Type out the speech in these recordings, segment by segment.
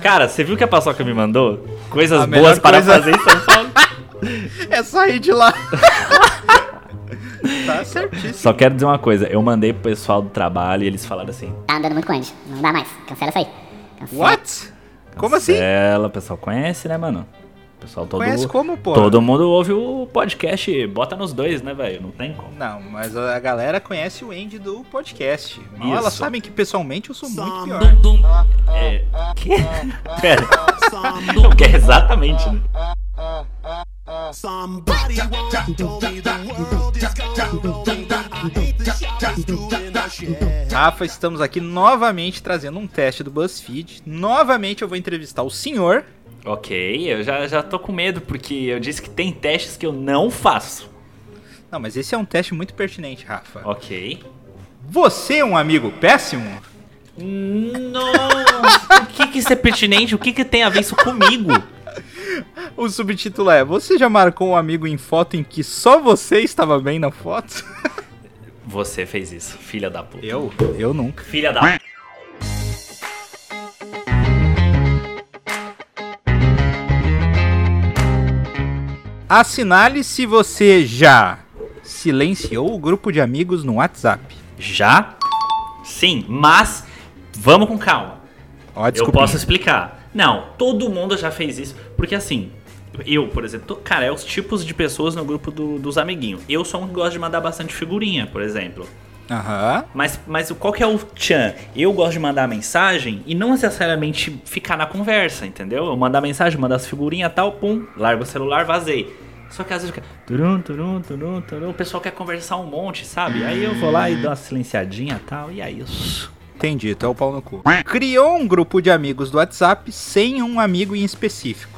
Cara, você viu que a Paçoca me mandou? Coisas A melhor boas para coisa- fazer em São Paulo. É sair de lá. tá certíssimo. Só quero dizer uma coisa, eu mandei pro pessoal do trabalho e eles falaram assim. Tá andando muito com eles. Não dá mais. Cancela isso aí. Cancela. What? Como assim? Ela, o pessoal conhece, né, mano? O pessoal É, todo Conhece como, pô? Todo mundo ouve o podcast, bota nos dois, né, velho? Não tem como. Não, mas a galera conhece o Andy do podcast. Mal elas Isso. sabem que pessoalmente eu sou muito pior. É. Que? Pera. Porque é exatamente, né? Somebody once told me the world is gone rolling. I hate the shop is doing the shit. Rafa, estamos aqui novamente trazendo um teste do BuzzFeed. Novamente eu vou entrevistar o senhor. Ok, eu já, já tô com medo, porque eu disse que tem testes que eu não faço. Não, mas esse é um teste muito pertinente, Rafa. Ok. Você é um amigo péssimo? Não! o que que isso é pertinente? O que que tem a ver isso comigo? O subtítulo é: Você já marcou um amigo em foto em que só você estava bem na foto? Você fez isso, filha da puta. Eu? Eu nunca. Filha da... Assinale se você já silenciou o grupo de amigos no WhatsApp. Já? Sim, mas vamos com calma. Ó, Eu desculpa. posso explicar. Não, todo mundo já fez isso. Porque assim, eu, por exemplo, tô- cara, é os tipos de pessoas no grupo do- dos amiguinhos. Eu sou um que gosta de mandar bastante figurinha, por exemplo. Aham. Mas, mas o- qual que é o tchan? Eu gosto de mandar mensagem e não necessariamente ficar na conversa, entendeu? Eu mandar mensagem, mandar as figurinhas e tal, pum, largo o celular, vazei. Só que às vezes fica. Turum, turum, turum, turum, o pessoal quer conversar um monte, sabe? Aí eu vou lá e dou uma silenciadinha e tal, e é isso. Entendi, tu é o pau no cu. Criou um grupo de amigos do WhatsApp sem um amigo em específico.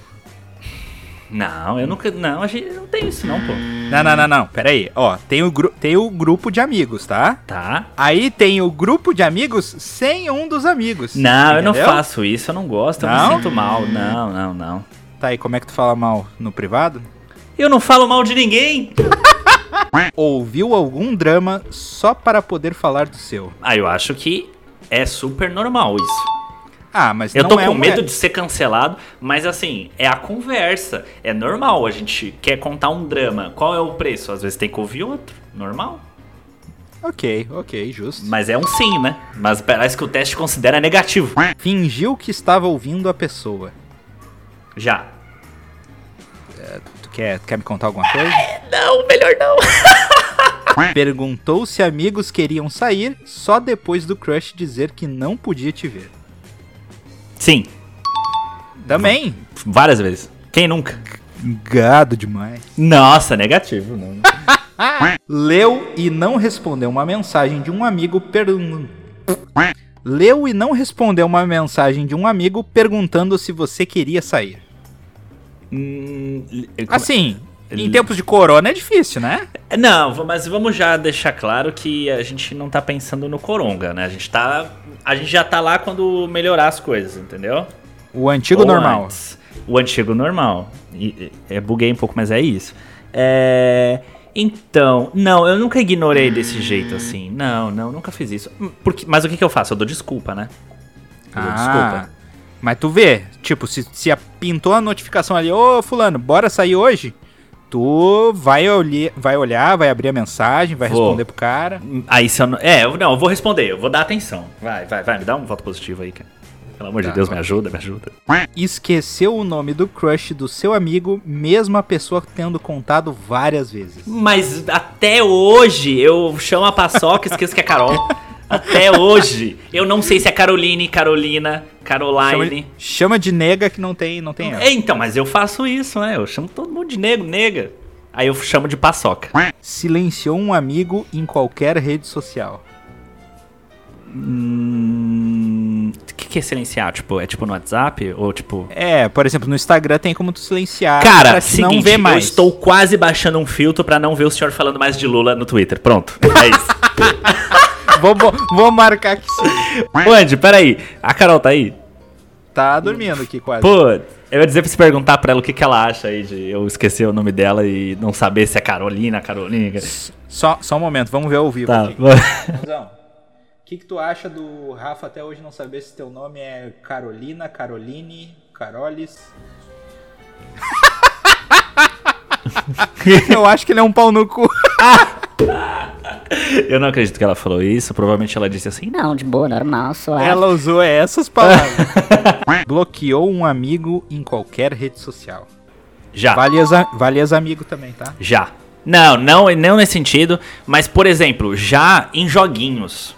Não, eu nunca. Não, a gente não tem isso não, pô. Não, não, não, não. Pera aí. Ó, tem o, gru- tem o grupo de amigos, tá? Tá? Aí tem o grupo de amigos sem um dos amigos. Não, eu não Entendeu? faço isso, eu não gosto, eu me Não? sinto mal. Não, não, não. Tá aí, como é que tu fala mal no privado? Eu não falo mal de ninguém! Ouviu algum drama só para poder falar do seu? Ah, eu acho que é super normal isso. Ah, mas Eu não tô é com um- medo de ser cancelado, mas assim, é a conversa. É normal, a gente quer contar um drama. Qual é o preço? Às vezes tem que ouvir outro, normal. Ok, ok, justo. Mas é um sim, né? Mas parece que o teste considera negativo. Fingiu que estava ouvindo a pessoa. Já. Tu quer, tu quer me contar alguma coisa? Não, melhor não. Perguntou se amigos queriam sair só depois do crush dizer que não podia te ver. Sim, Também. várias vezes. Quem nunca? Gado demais. Nossa, negativo, não. Leu e não respondeu uma mensagem de um amigo perguntando. Leu e não respondeu uma mensagem de um amigo perguntando se você queria sair. Hum, eu- Assim, em tempos de corona é difícil, né? Não, v- mas vamos já deixar claro que a gente não tá pensando no coronga, né? A gente tá. A gente já tá lá quando melhorar as coisas, entendeu? O antigo Ou normal. antes. O antigo normal. E- e- é, buguei um pouco, mas é isso. É, Então, não, eu nunca ignorei desse jeito assim. Não, não, nunca fiz isso. Hum, Porque, mas o que, que eu faço? Eu dou desculpa, né? Eu dou Ah, mas tu vê, tipo, se, se a- pintou a notificação ali, ô fulano, bora sair hoje? Tu vai, olhe, vai olhar, vai abrir a mensagem, vai Vou. responder pro cara. desculpa. Aí se eu não. É, eu, não, eu vou responder, eu vou dar atenção. Vai, vai, vai, me dá um voto positivo aí, cara. Pelo Tá. amor de Deus, me ajuda, me ajuda. Esqueceu o nome do crush do seu amigo, mesmo a pessoa tendo contado várias vezes. Mas até hoje eu chamo a paçoca e esqueço que é Carol. Até hoje. Eu não sei se é Caroline, Carolina, Chama, Caroline. chama de nega que não tem, não tem ela. É, então, mas eu faço isso, né? Eu chamo todo mundo de nego, nega. Aí eu chamo de paçoca. Silenciou um amigo em qualquer rede social. Hum. O que, que é silenciar? Tipo, é tipo no WhatsApp? Ou tipo. É, por exemplo, no Instagram tem como tu silenciar Cara, pra que seguinte, não vê mais. eu estou quase baixando um filtro pra não ver o senhor falando mais de Lula no Twitter. Pronto. É isso. Vou, vou, vou marcar que sim. Ô, Andy, peraí. A Carol tá aí? Tá dormindo aqui quase. Pô, eu ia dizer pra se perguntar pra ela o que, que ela acha aí de eu esquecer o nome dela e não saber se é Carolina, Carolina. Só, só um momento, vamos ver ao vivo Tá. aqui. O que, que, que tu acha do Rafa até hoje não saber se teu nome é Carolina, Caroline, Carolis? Eu acho que ele é um pau no cu. Eu não acredito que ela falou isso. Provavelmente ela disse assim. Não, de boa, normal, suave. Ela usou essas palavras. Bloqueou um amigo em qualquer rede social. Já. Vale, exa- vale ex amigo também, tá? Já. Não, não, não nesse sentido. Mas, por exemplo, já em joguinhos.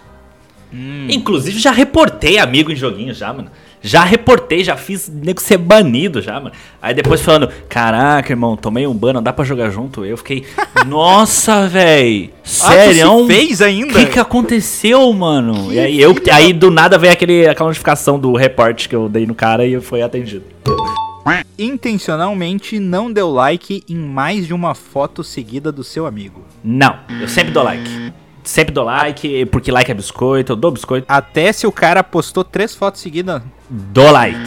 Hum. Inclusive, já reportei amigo em joguinhos, já, mano. Já reportei, já fiz nego ser banido já, mano. Aí depois falando, caraca, irmão, tomei um ban, não dá pra jogar junto. Eu fiquei, nossa, véi, sério? Ah, se fez O ainda? que que aconteceu, mano? Que e aí, eu, filha aí do nada veio aquele, aquela notificação do report que eu dei no cara e foi atendido. Intencionalmente não deu like em mais de uma foto seguida do seu amigo. Não, eu sempre dou like. Sempre dou like, porque like é biscoito, eu dou biscoito. Até se o cara postou três fotos seguidas. Dou like.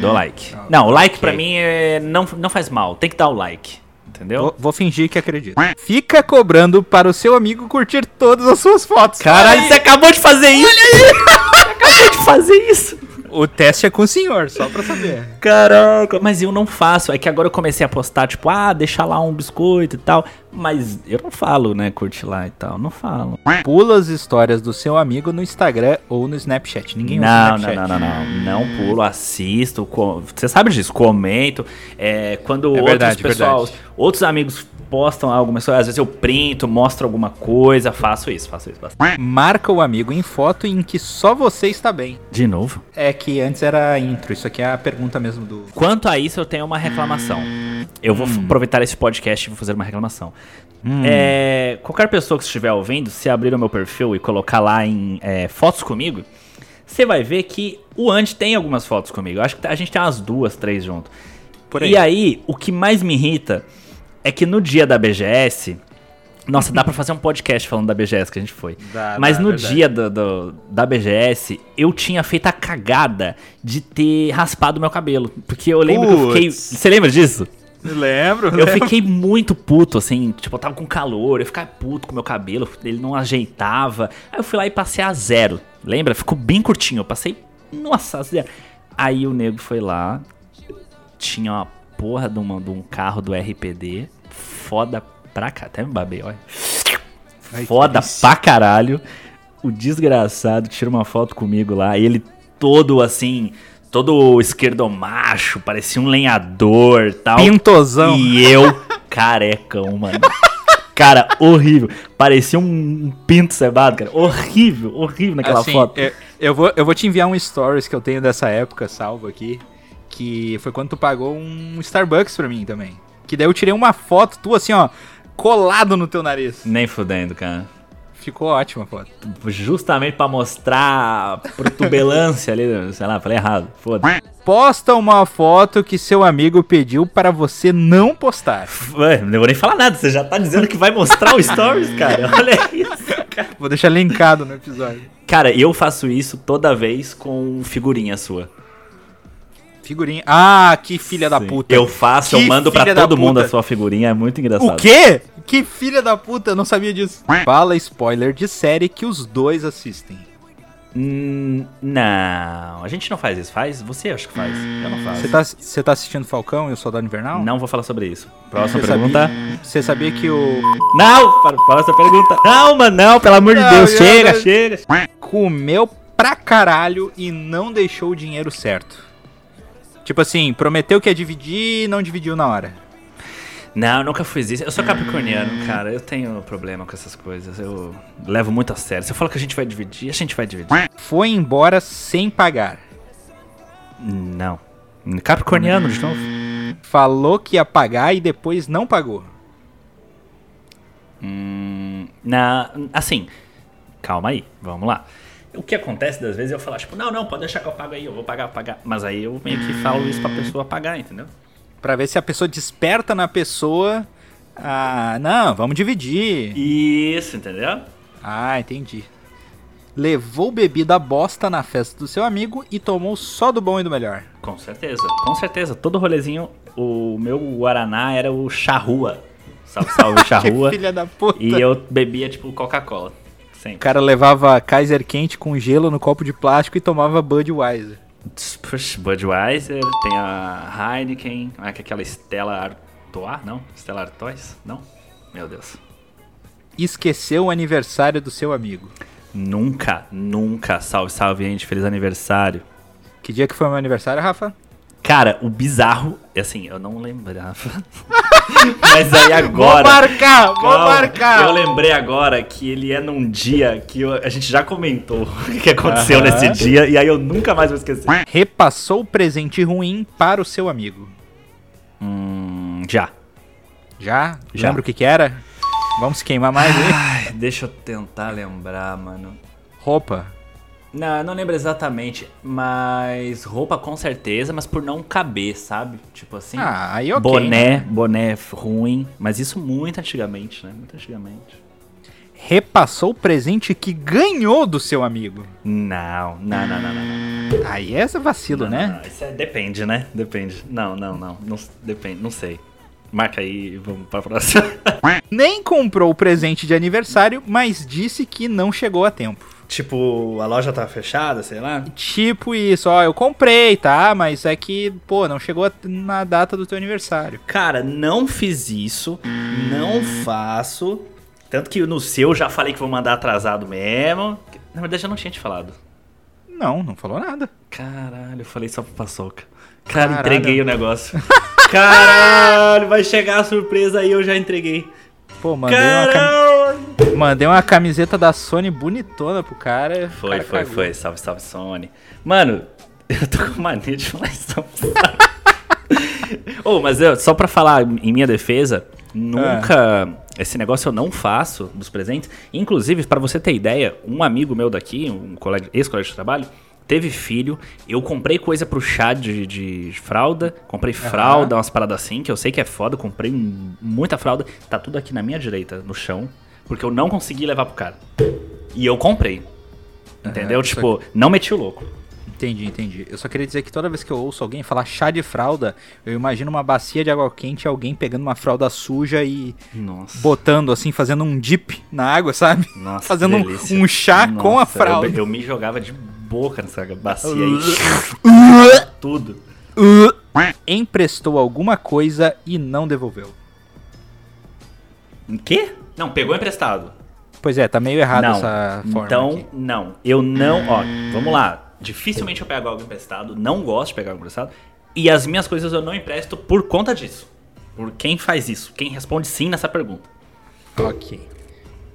Dou like. Não, o like pra Ok. mim é, não, não faz mal, tem que dar o like. Entendeu? Vou, vou fingir que acredito. Fica cobrando para o seu amigo curtir todas as suas fotos. Caralho, você acabou de fazer isso! Olha aí! acabou de fazer isso! O teste é com o senhor, só pra saber. Caraca, mas eu não faço. É que agora eu comecei a postar, tipo, ah, deixar lá um biscoito e tal. Mas eu não falo, né? Curte lá e tal. Não falo. Pula as histórias do seu amigo no Instagram ou no Snapchat. Ninguém usa Não, não, Snapchat. não, não, não. Não pulo, assisto. com- Você sabe disso, comento. É, quando outros verdade, pessoal, verdade. outros amigos postam alguma coisa, às vezes eu printo, mostro alguma coisa, faço isso, faço isso. Faço. Marca o amigo em foto em que só você está bem. De novo? É que antes era a intro, isso aqui é a pergunta mesmo do. Quanto a isso, eu tenho uma reclamação. Eu vou Hum. f- aproveitar esse podcast e vou fazer uma reclamação. É, qualquer pessoa que estiver ouvindo, se abrir o meu perfil e colocar lá em é, fotos comigo, você vai ver que o Andy tem algumas fotos comigo. Eu acho que tá, a gente tem umas duas, três junto. Por aí. E aí, o que mais me irrita é que no dia da BGS. Nossa, dá pra fazer um podcast falando da BGS que a gente foi. Dá, Mas dá, no verdade. dia do- do- da BGS, eu tinha feito a cagada de ter raspado meu cabelo. Porque eu lembro que eu fiquei. Putz. Você lembra disso? Lembro, Eu fiquei muito puto, assim, tipo, eu tava com calor, eu ficava puto com meu cabelo, ele não ajeitava. Aí eu fui lá e passei a zero. Lembra? Ficou bem curtinho. Eu passei. Nossa, a zero. Aí o nego foi lá. Tinha uma porra de, uma- de um carro do RPD. Foda pra cá. Até me babei, olha. Foda pra caralho. O desgraçado tira uma foto comigo lá, e ele todo assim, todo esquerdomacho, parecia um lenhador tal. Pintosão. E eu, carecão, mano. Cara, horrível. Parecia um pinto cebado, cara. Horrível, horrível naquela Assim, foto. Eu, eu vou, eu vou te enviar um stories que eu tenho dessa época, salvo aqui. Que foi quando tu pagou um Starbucks pra mim também. Que daí eu tirei uma foto, tu assim, ó, colado no teu nariz. Nem fudendo, cara. Ficou ótima a foto. Justamente pra mostrar a protuberância ali, sei lá, falei errado. Foda-se. Posta uma foto que seu amigo pediu para você não postar. Ué, Não vou nem falar nada, você já tá dizendo que vai mostrar o stories, cara. Olha isso, cara. Vou deixar linkado no episódio. Cara, eu faço isso toda vez com figurinha sua. Figurinha. Ah, que filha da Sim. puta. Eu faço, eu Que mando pra filha da todo mundo puta. a sua figurinha, é muito engraçado. O quê? Que filha da puta, eu não sabia disso. Fala spoiler de série que os dois assistem. Hum, não, a gente não faz isso, faz? Você acho que faz, eu não faço. Você tá, você tá assistindo Falcão e o Soldado Invernal? Não vou falar sobre isso. Próxima Você pergunta. sabia- Você sabia que o Não! para- Próxima pergunta. Não, mano, não, pelo amor de Não, Deus. eu- Chega, eu- chega. comeu pra caralho e não deixou o dinheiro certo? Tipo assim, prometeu que ia dividir e não dividiu na hora. Não, eu nunca fiz isso. Eu sou capricorniano, cara. Eu tenho problema com essas coisas. Eu levo muito a sério. Se eu falo que a gente vai dividir, a gente vai dividir. Foi embora sem pagar. Não. Capricorniano, de novo. Falou que ia pagar e depois não pagou. Hum, na, assim, calma aí, vamos lá. O que acontece das vezes é eu falar, tipo, não, não, pode deixar que eu pago aí, eu vou pagar, pagar. Mas aí eu meio que falo isso pra pessoa pagar, entendeu? Pra ver se a pessoa desperta na pessoa. Ah, não, vamos dividir. Isso, entendeu? Ah, entendi. Levou bebida bosta na festa do seu amigo e tomou só do bom e do melhor. Com certeza, com certeza. Todo rolezinho, o meu Guaraná era o charrua. Salve, salve, charrua. filha da puta. e eu bebia, tipo, Coca-Cola. O Sempre. cara levava Kaiser quente com gelo no copo de plástico e tomava Budweiser. Puxa, Budweiser, tem a Heineken, ah, que é aquela Stella Artois, não? Stella Artois? Não? Meu Deus. Esqueceu o aniversário do seu amigo. Nunca, nunca. Salve, salve, gente. Feliz aniversário. Que dia que foi meu aniversário, Rafa? Cara, o bizarro, é assim, eu não lembrava. Mas aí agora. Vou marcar, vou Calma, marcar. Eu lembrei agora que ele é num dia que eu- a gente já comentou o que aconteceu Aham. nesse dia e aí eu nunca mais vou esquecer. Repassou o presente ruim para o seu amigo. Hum, já. Já? Já. Lembra o que que era? Vamos se queimar mais aí? Ai, deixa eu tentar lembrar, mano. Roupa. Não, eu não lembro exatamente, mas roupa com certeza, mas por não caber, sabe? Tipo assim, Ah, aí ok. boné, boné ruim, mas isso muito antigamente, né? Muito antigamente. Repassou o presente que ganhou do seu amigo. Não, não, não, não, não. Aí essa vacilo, Não, né? não, não, isso é- depende, né? Depende. Não, não, não, não. s- Depende, não sei. Marca aí e vamos pra próxima. Ah. Nem comprou o presente de aniversário, mas disse que não chegou a tempo. tipo, a loja tá fechada, sei lá. Tipo isso, ó, eu comprei, tá? Mas é que, pô, não chegou a- na data do teu aniversário. Cara, não fiz isso, não faço. Tanto que no seu eu já falei que vou mandar atrasado mesmo. Na verdade, eu não tinha te falado. Não, não falou nada. Caralho, eu falei só pra paçoca. Cara, Caralho. entreguei o negócio. Caralho, vai chegar a surpresa aí, eu já entreguei. Pô, mandei uma, cami- Caralho! mandei uma camiseta da Sony bonitona pro cara. o Foi, cara foi, cagou. foi. Salve, salve, Sony. Mano, eu tô com mania de falar salve, salve. Ô, mas eu, só pra falar em minha defesa, nunca. Esse negócio eu não faço dos presentes. Inclusive, pra você ter ideia, um amigo meu daqui, um colega, ex-colega de trabalho, teve filho. Eu comprei coisa pro chá de, de fralda. Comprei fralda, umas paradas assim, que eu sei que é foda. Comprei um- muita fralda. Tá tudo aqui na minha direita, no chão. Porque eu não consegui levar pro cara. E eu comprei. Entendeu? É, isso tipo, não meti o louco. Entendi, entendi. Eu só queria dizer que toda vez que eu ouço alguém falar chá de fralda, eu imagino uma bacia de água quente e alguém pegando uma fralda suja e Nossa. botando assim, fazendo um dip na água, sabe? Nossa, fazendo um- que delícia. um chá Nossa, com a eu- fralda. Eu, me jogava de boca nessa bacia aí. Tudo. Emprestou alguma coisa e não devolveu. O quê? Não, pegou emprestado. Pois é, tá meio errado não. essa forma. então, aqui. não. Eu não. Ó, vamos lá. Dificilmente eu pego algo emprestado. Não gosto de pegar algo emprestado. E as minhas coisas eu não empresto por conta disso. Por quem faz isso? Quem responde sim nessa pergunta? Ok.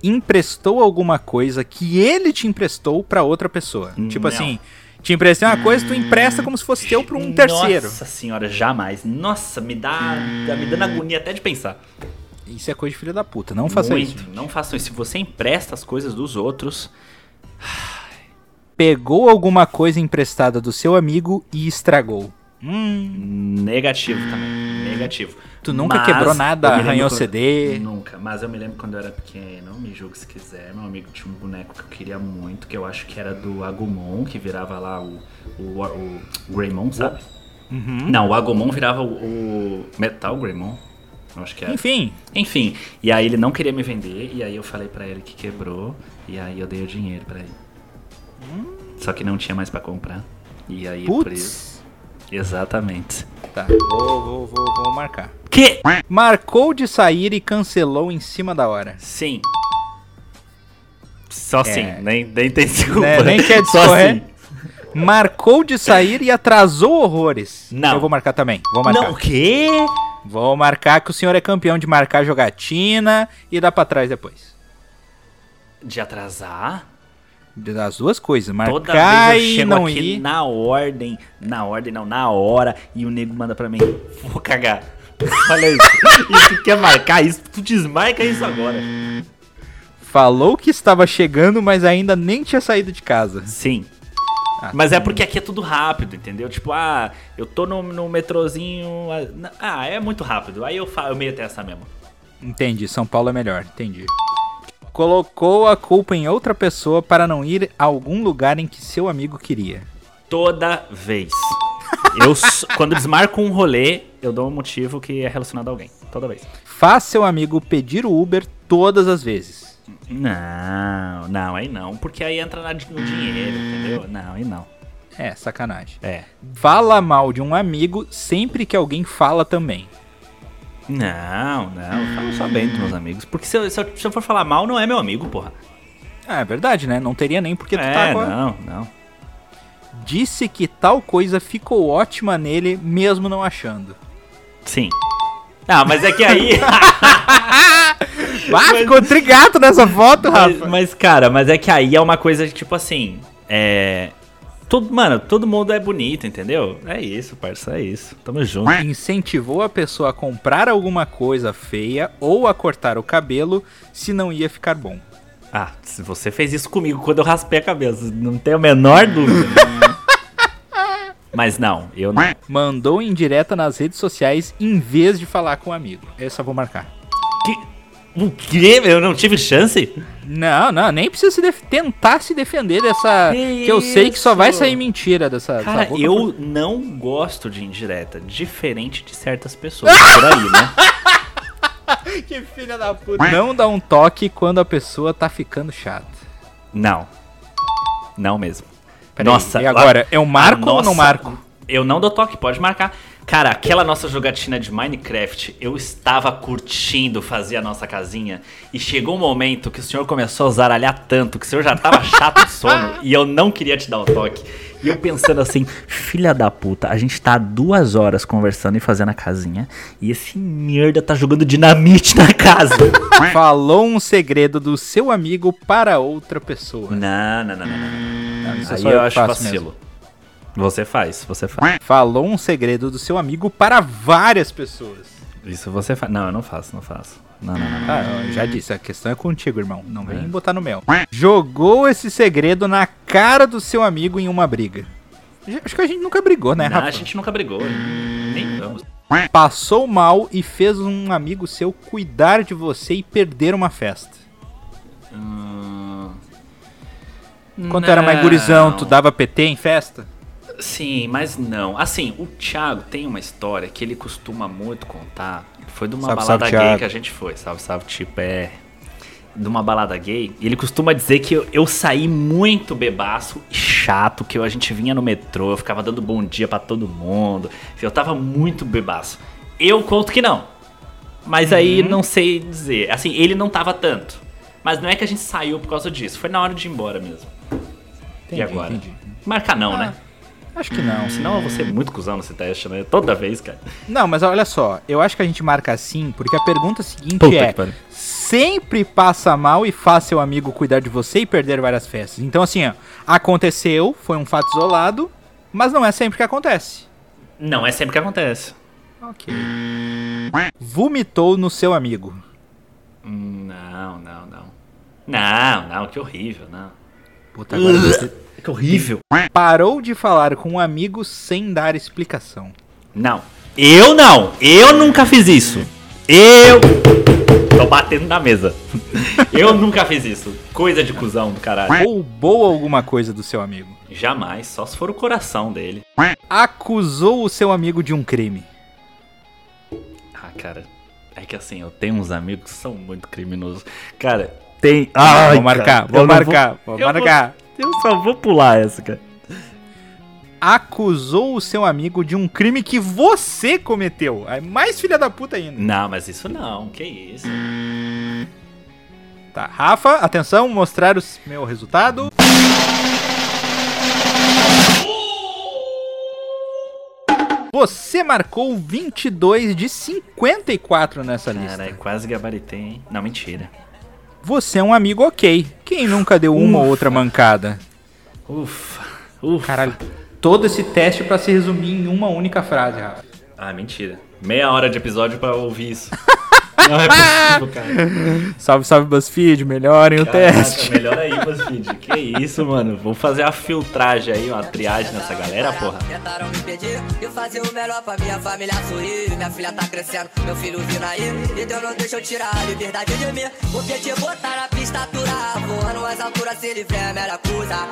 Emprestou alguma coisa que ele te emprestou pra outra pessoa. Tipo Não. assim, te emprestei uma coisa, tu empresta como se fosse teu pra um terceiro. Nossa senhora, jamais. Nossa, me dá. Tá me dando agonia até de pensar. Isso é coisa de filho da puta, não faça Muito. isso. Não façam isso. Se você empresta as coisas dos outros, Pegou alguma coisa emprestada do seu amigo e estragou. Hum, negativo também. Negativo. Tu nunca quebrou nada, eu me lembro arranhou quando- CD? Nunca, mas eu me lembro quando eu era pequeno, me julgue se quiser, meu amigo tinha um boneco que eu queria muito, que eu acho que era do Agumon, que virava lá o, o, o Greymon, sabe? Uhum. Não, o Agumon virava o, o Metal Greymon, eu acho que era. enfim, Enfim, e aí ele não queria me vender, e aí eu falei pra ele que quebrou, e aí eu dei o dinheiro pra ele. Só que não tinha mais pra comprar. E aí, por isso. Hum. putz. Exatamente. Tá, vou, vou, vou, vou marcar. Que? Marcou de sair e cancelou em cima da hora. Sim. Só sim, nem, nem tem desculpa. É. Né, nem quer Só discorrer. sim. Marcou de sair e atrasou horrores. Não. Eu vou marcar também. Vou marcar. Não, o quê? Vou marcar que o senhor é campeão de marcar jogatina e dar pra trás depois. De atrasar? Das duas coisas, Toda marcar vez eu e chego não aqui ir. na ordem, na ordem não, na hora, e o nego manda pra mim, vou cagar. Olha isso, isso quer marcar isso, tu desmarca isso agora. Falou que estava chegando, mas ainda nem tinha saído de casa. Sim, Ah, mas é porque aqui é tudo rápido, entendeu? Tipo, ah, eu tô no, no metrozinho, ah, ah, é muito rápido, aí eu, fa- eu meio até essa mesmo. Entendi, São Paulo é melhor, entendi. Colocou a culpa em outra pessoa para não ir a algum lugar em que seu amigo queria. Toda vez. Eu, s- quando desmarco um rolê, eu dou um motivo que é relacionado a alguém. Toda vez. Faz seu amigo pedir o Uber todas as vezes. Não, não, aí não. Porque aí entra na- no dinheiro, entendeu? Não, aí não. É, sacanagem. É. Fala mal de um amigo sempre que alguém fala também. Não, não. Eu falo só bem dos meus amigos. Porque se eu, se eu- se eu for falar mal, não é meu amigo, porra. Ah, é verdade, né? Não teria nem porque tu É, tá com a... não, não. Disse que tal coisa ficou ótima nele, mesmo não achando. Sim. Ah, mas é que aí. Ah, ficou trigato nessa foto, mas, Rafa. mas, cara, mas é que aí é uma coisa de tipo assim. É. Todo, mano, todo mundo é bonito, entendeu? É isso, parça, é isso. Tamo junto. Incentivou a pessoa a comprar alguma coisa feia ou a cortar o cabelo se não ia ficar bom. Ah, se você fez isso comigo quando eu raspei a cabeça, não tenho a menor dúvida. Mas não, eu não. Mandou indireta nas redes sociais em vez de falar com o amigo. Essa eu vou marcar. Que, o quê? Eu não tive chance? Não, não, nem precisa se def- tentar se defender dessa. Que Ah, Que, eu sei que só vai isso? sair mentira dessa. dessa Cara, boca eu não gosto de indireta, diferente de certas pessoas por aí, né? por- Que filha da puta. Não dá um toque quando a pessoa tá ficando chata. Não. Não mesmo. Peraí, nossa, E agora, eu marco a ou não nossa- marco? Eu não dou toque, pode marcar. Cara, aquela nossa jogatina de Minecraft, eu estava curtindo fazer a nossa casinha e chegou um momento que o senhor começou a zaralhar tanto que o senhor já tava chato de sono e eu não queria te dar o toque. E eu pensando assim, filha da puta, a gente tá há duas horas conversando e fazendo a casinha e esse merda tá jogando dinamite na casa. Falou um segredo do seu amigo para outra pessoa. não, não, não, não. não. Não, isso é Aí só eu, que acho faço vacilo. mesmo. Você faz, você faz. Falou um segredo do seu amigo para várias pessoas. Isso você faz. Não, eu não faço, não faço. Não, não, não. não. Ah, eu já disse, a questão é contigo, irmão. Não É. vem botar no mel. Jogou esse segredo na cara do seu amigo em uma briga. Já- Acho que a gente nunca brigou, né, Não, a Rafa? gente nunca brigou. Nem vamos. Passou mal e fez um amigo seu cuidar de você e perder uma festa. Quando tu era mais gurizão, tu dava PT em festa? Sim, mas não. Assim, o Thiago tem uma história que ele costuma muito contar. Foi de uma Salve, balada salve, gay Thiago. que a gente foi. Salve, salve, tipo, é. De uma balada gay. E ele costuma dizer que eu, eu saí muito bebaço e chato, que eu- a gente vinha no metrô, eu ficava dando bom dia pra todo mundo. Eu tava muito bebaço. Eu conto que não. Mas Uhum. aí não sei dizer. Assim, ele não tava tanto. Mas não é que a gente saiu por causa disso. Foi na hora de ir embora mesmo. e Entendi, agora? entendi. Marca não, né? Acho que não. Senão eu vou ser muito cuzão nesse teste, né? Toda vez, cara. Não, mas olha só, eu acho que a gente marca assim, porque a pergunta seguinte Puta é: que pariu. sempre passa mal e faz seu amigo cuidar de você e perder várias festas. Então, assim, ó, aconteceu, foi um fato isolado, mas não é sempre que acontece. Não é sempre que acontece. Ok. Vomitou no seu amigo. Hum, Não, não, não. Não, não, que horrível, não. Puta, agora você- Que horrível. Parou de falar com um amigo sem dar explicação. Não. Eu não. Eu nunca fiz isso. Eu. Tô batendo na mesa. Eu nunca fiz isso. Coisa de cuzão do caralho. Roubou alguma coisa do seu amigo. Jamais, só se for o coração dele. Acusou o seu amigo de um crime. Ah, cara. É que assim, eu tenho uns amigos que são muito criminosos. Cara, tem. Ai, vou marcar, cara, vou eu não marcar, vou eu marcar. Eu só vou pular essa, cara. acusou o seu amigo de um crime que você cometeu. É mais filha da puta ainda. Não, mas isso não, que isso. Tá, Rafa, atenção, mostrar o s- meu resultado. Você marcou 22 de 54 nessa Cara, lista. eu quase gabaritei, hein? Não, mentira. Você é um amigo ok. Quem nunca deu uma ou outra mancada? Ufa, ufa. Caralho, todo esse teste pra se resumir em uma única frase, Rafa. Ah, mentira. Meia hora de episódio pra ouvir isso. Não é possível, cara. Salve, salve, BuzzFeed, melhorem o teste. Caraca, melhor aí, BuzzFeed. Que isso, mano. Vou fazer uma filtragem aí, uma triagem nessa galera, porra. Tentaram me impedir de fazer o melhor pra minha família sorrir. Minha filha tá crescendo, meu filho vindo aí. Então não deixa eu tirar a tá liberdade de mim. Porque te botar na pista, aturar. Voando as alturas, se ele vier, mera é coisa.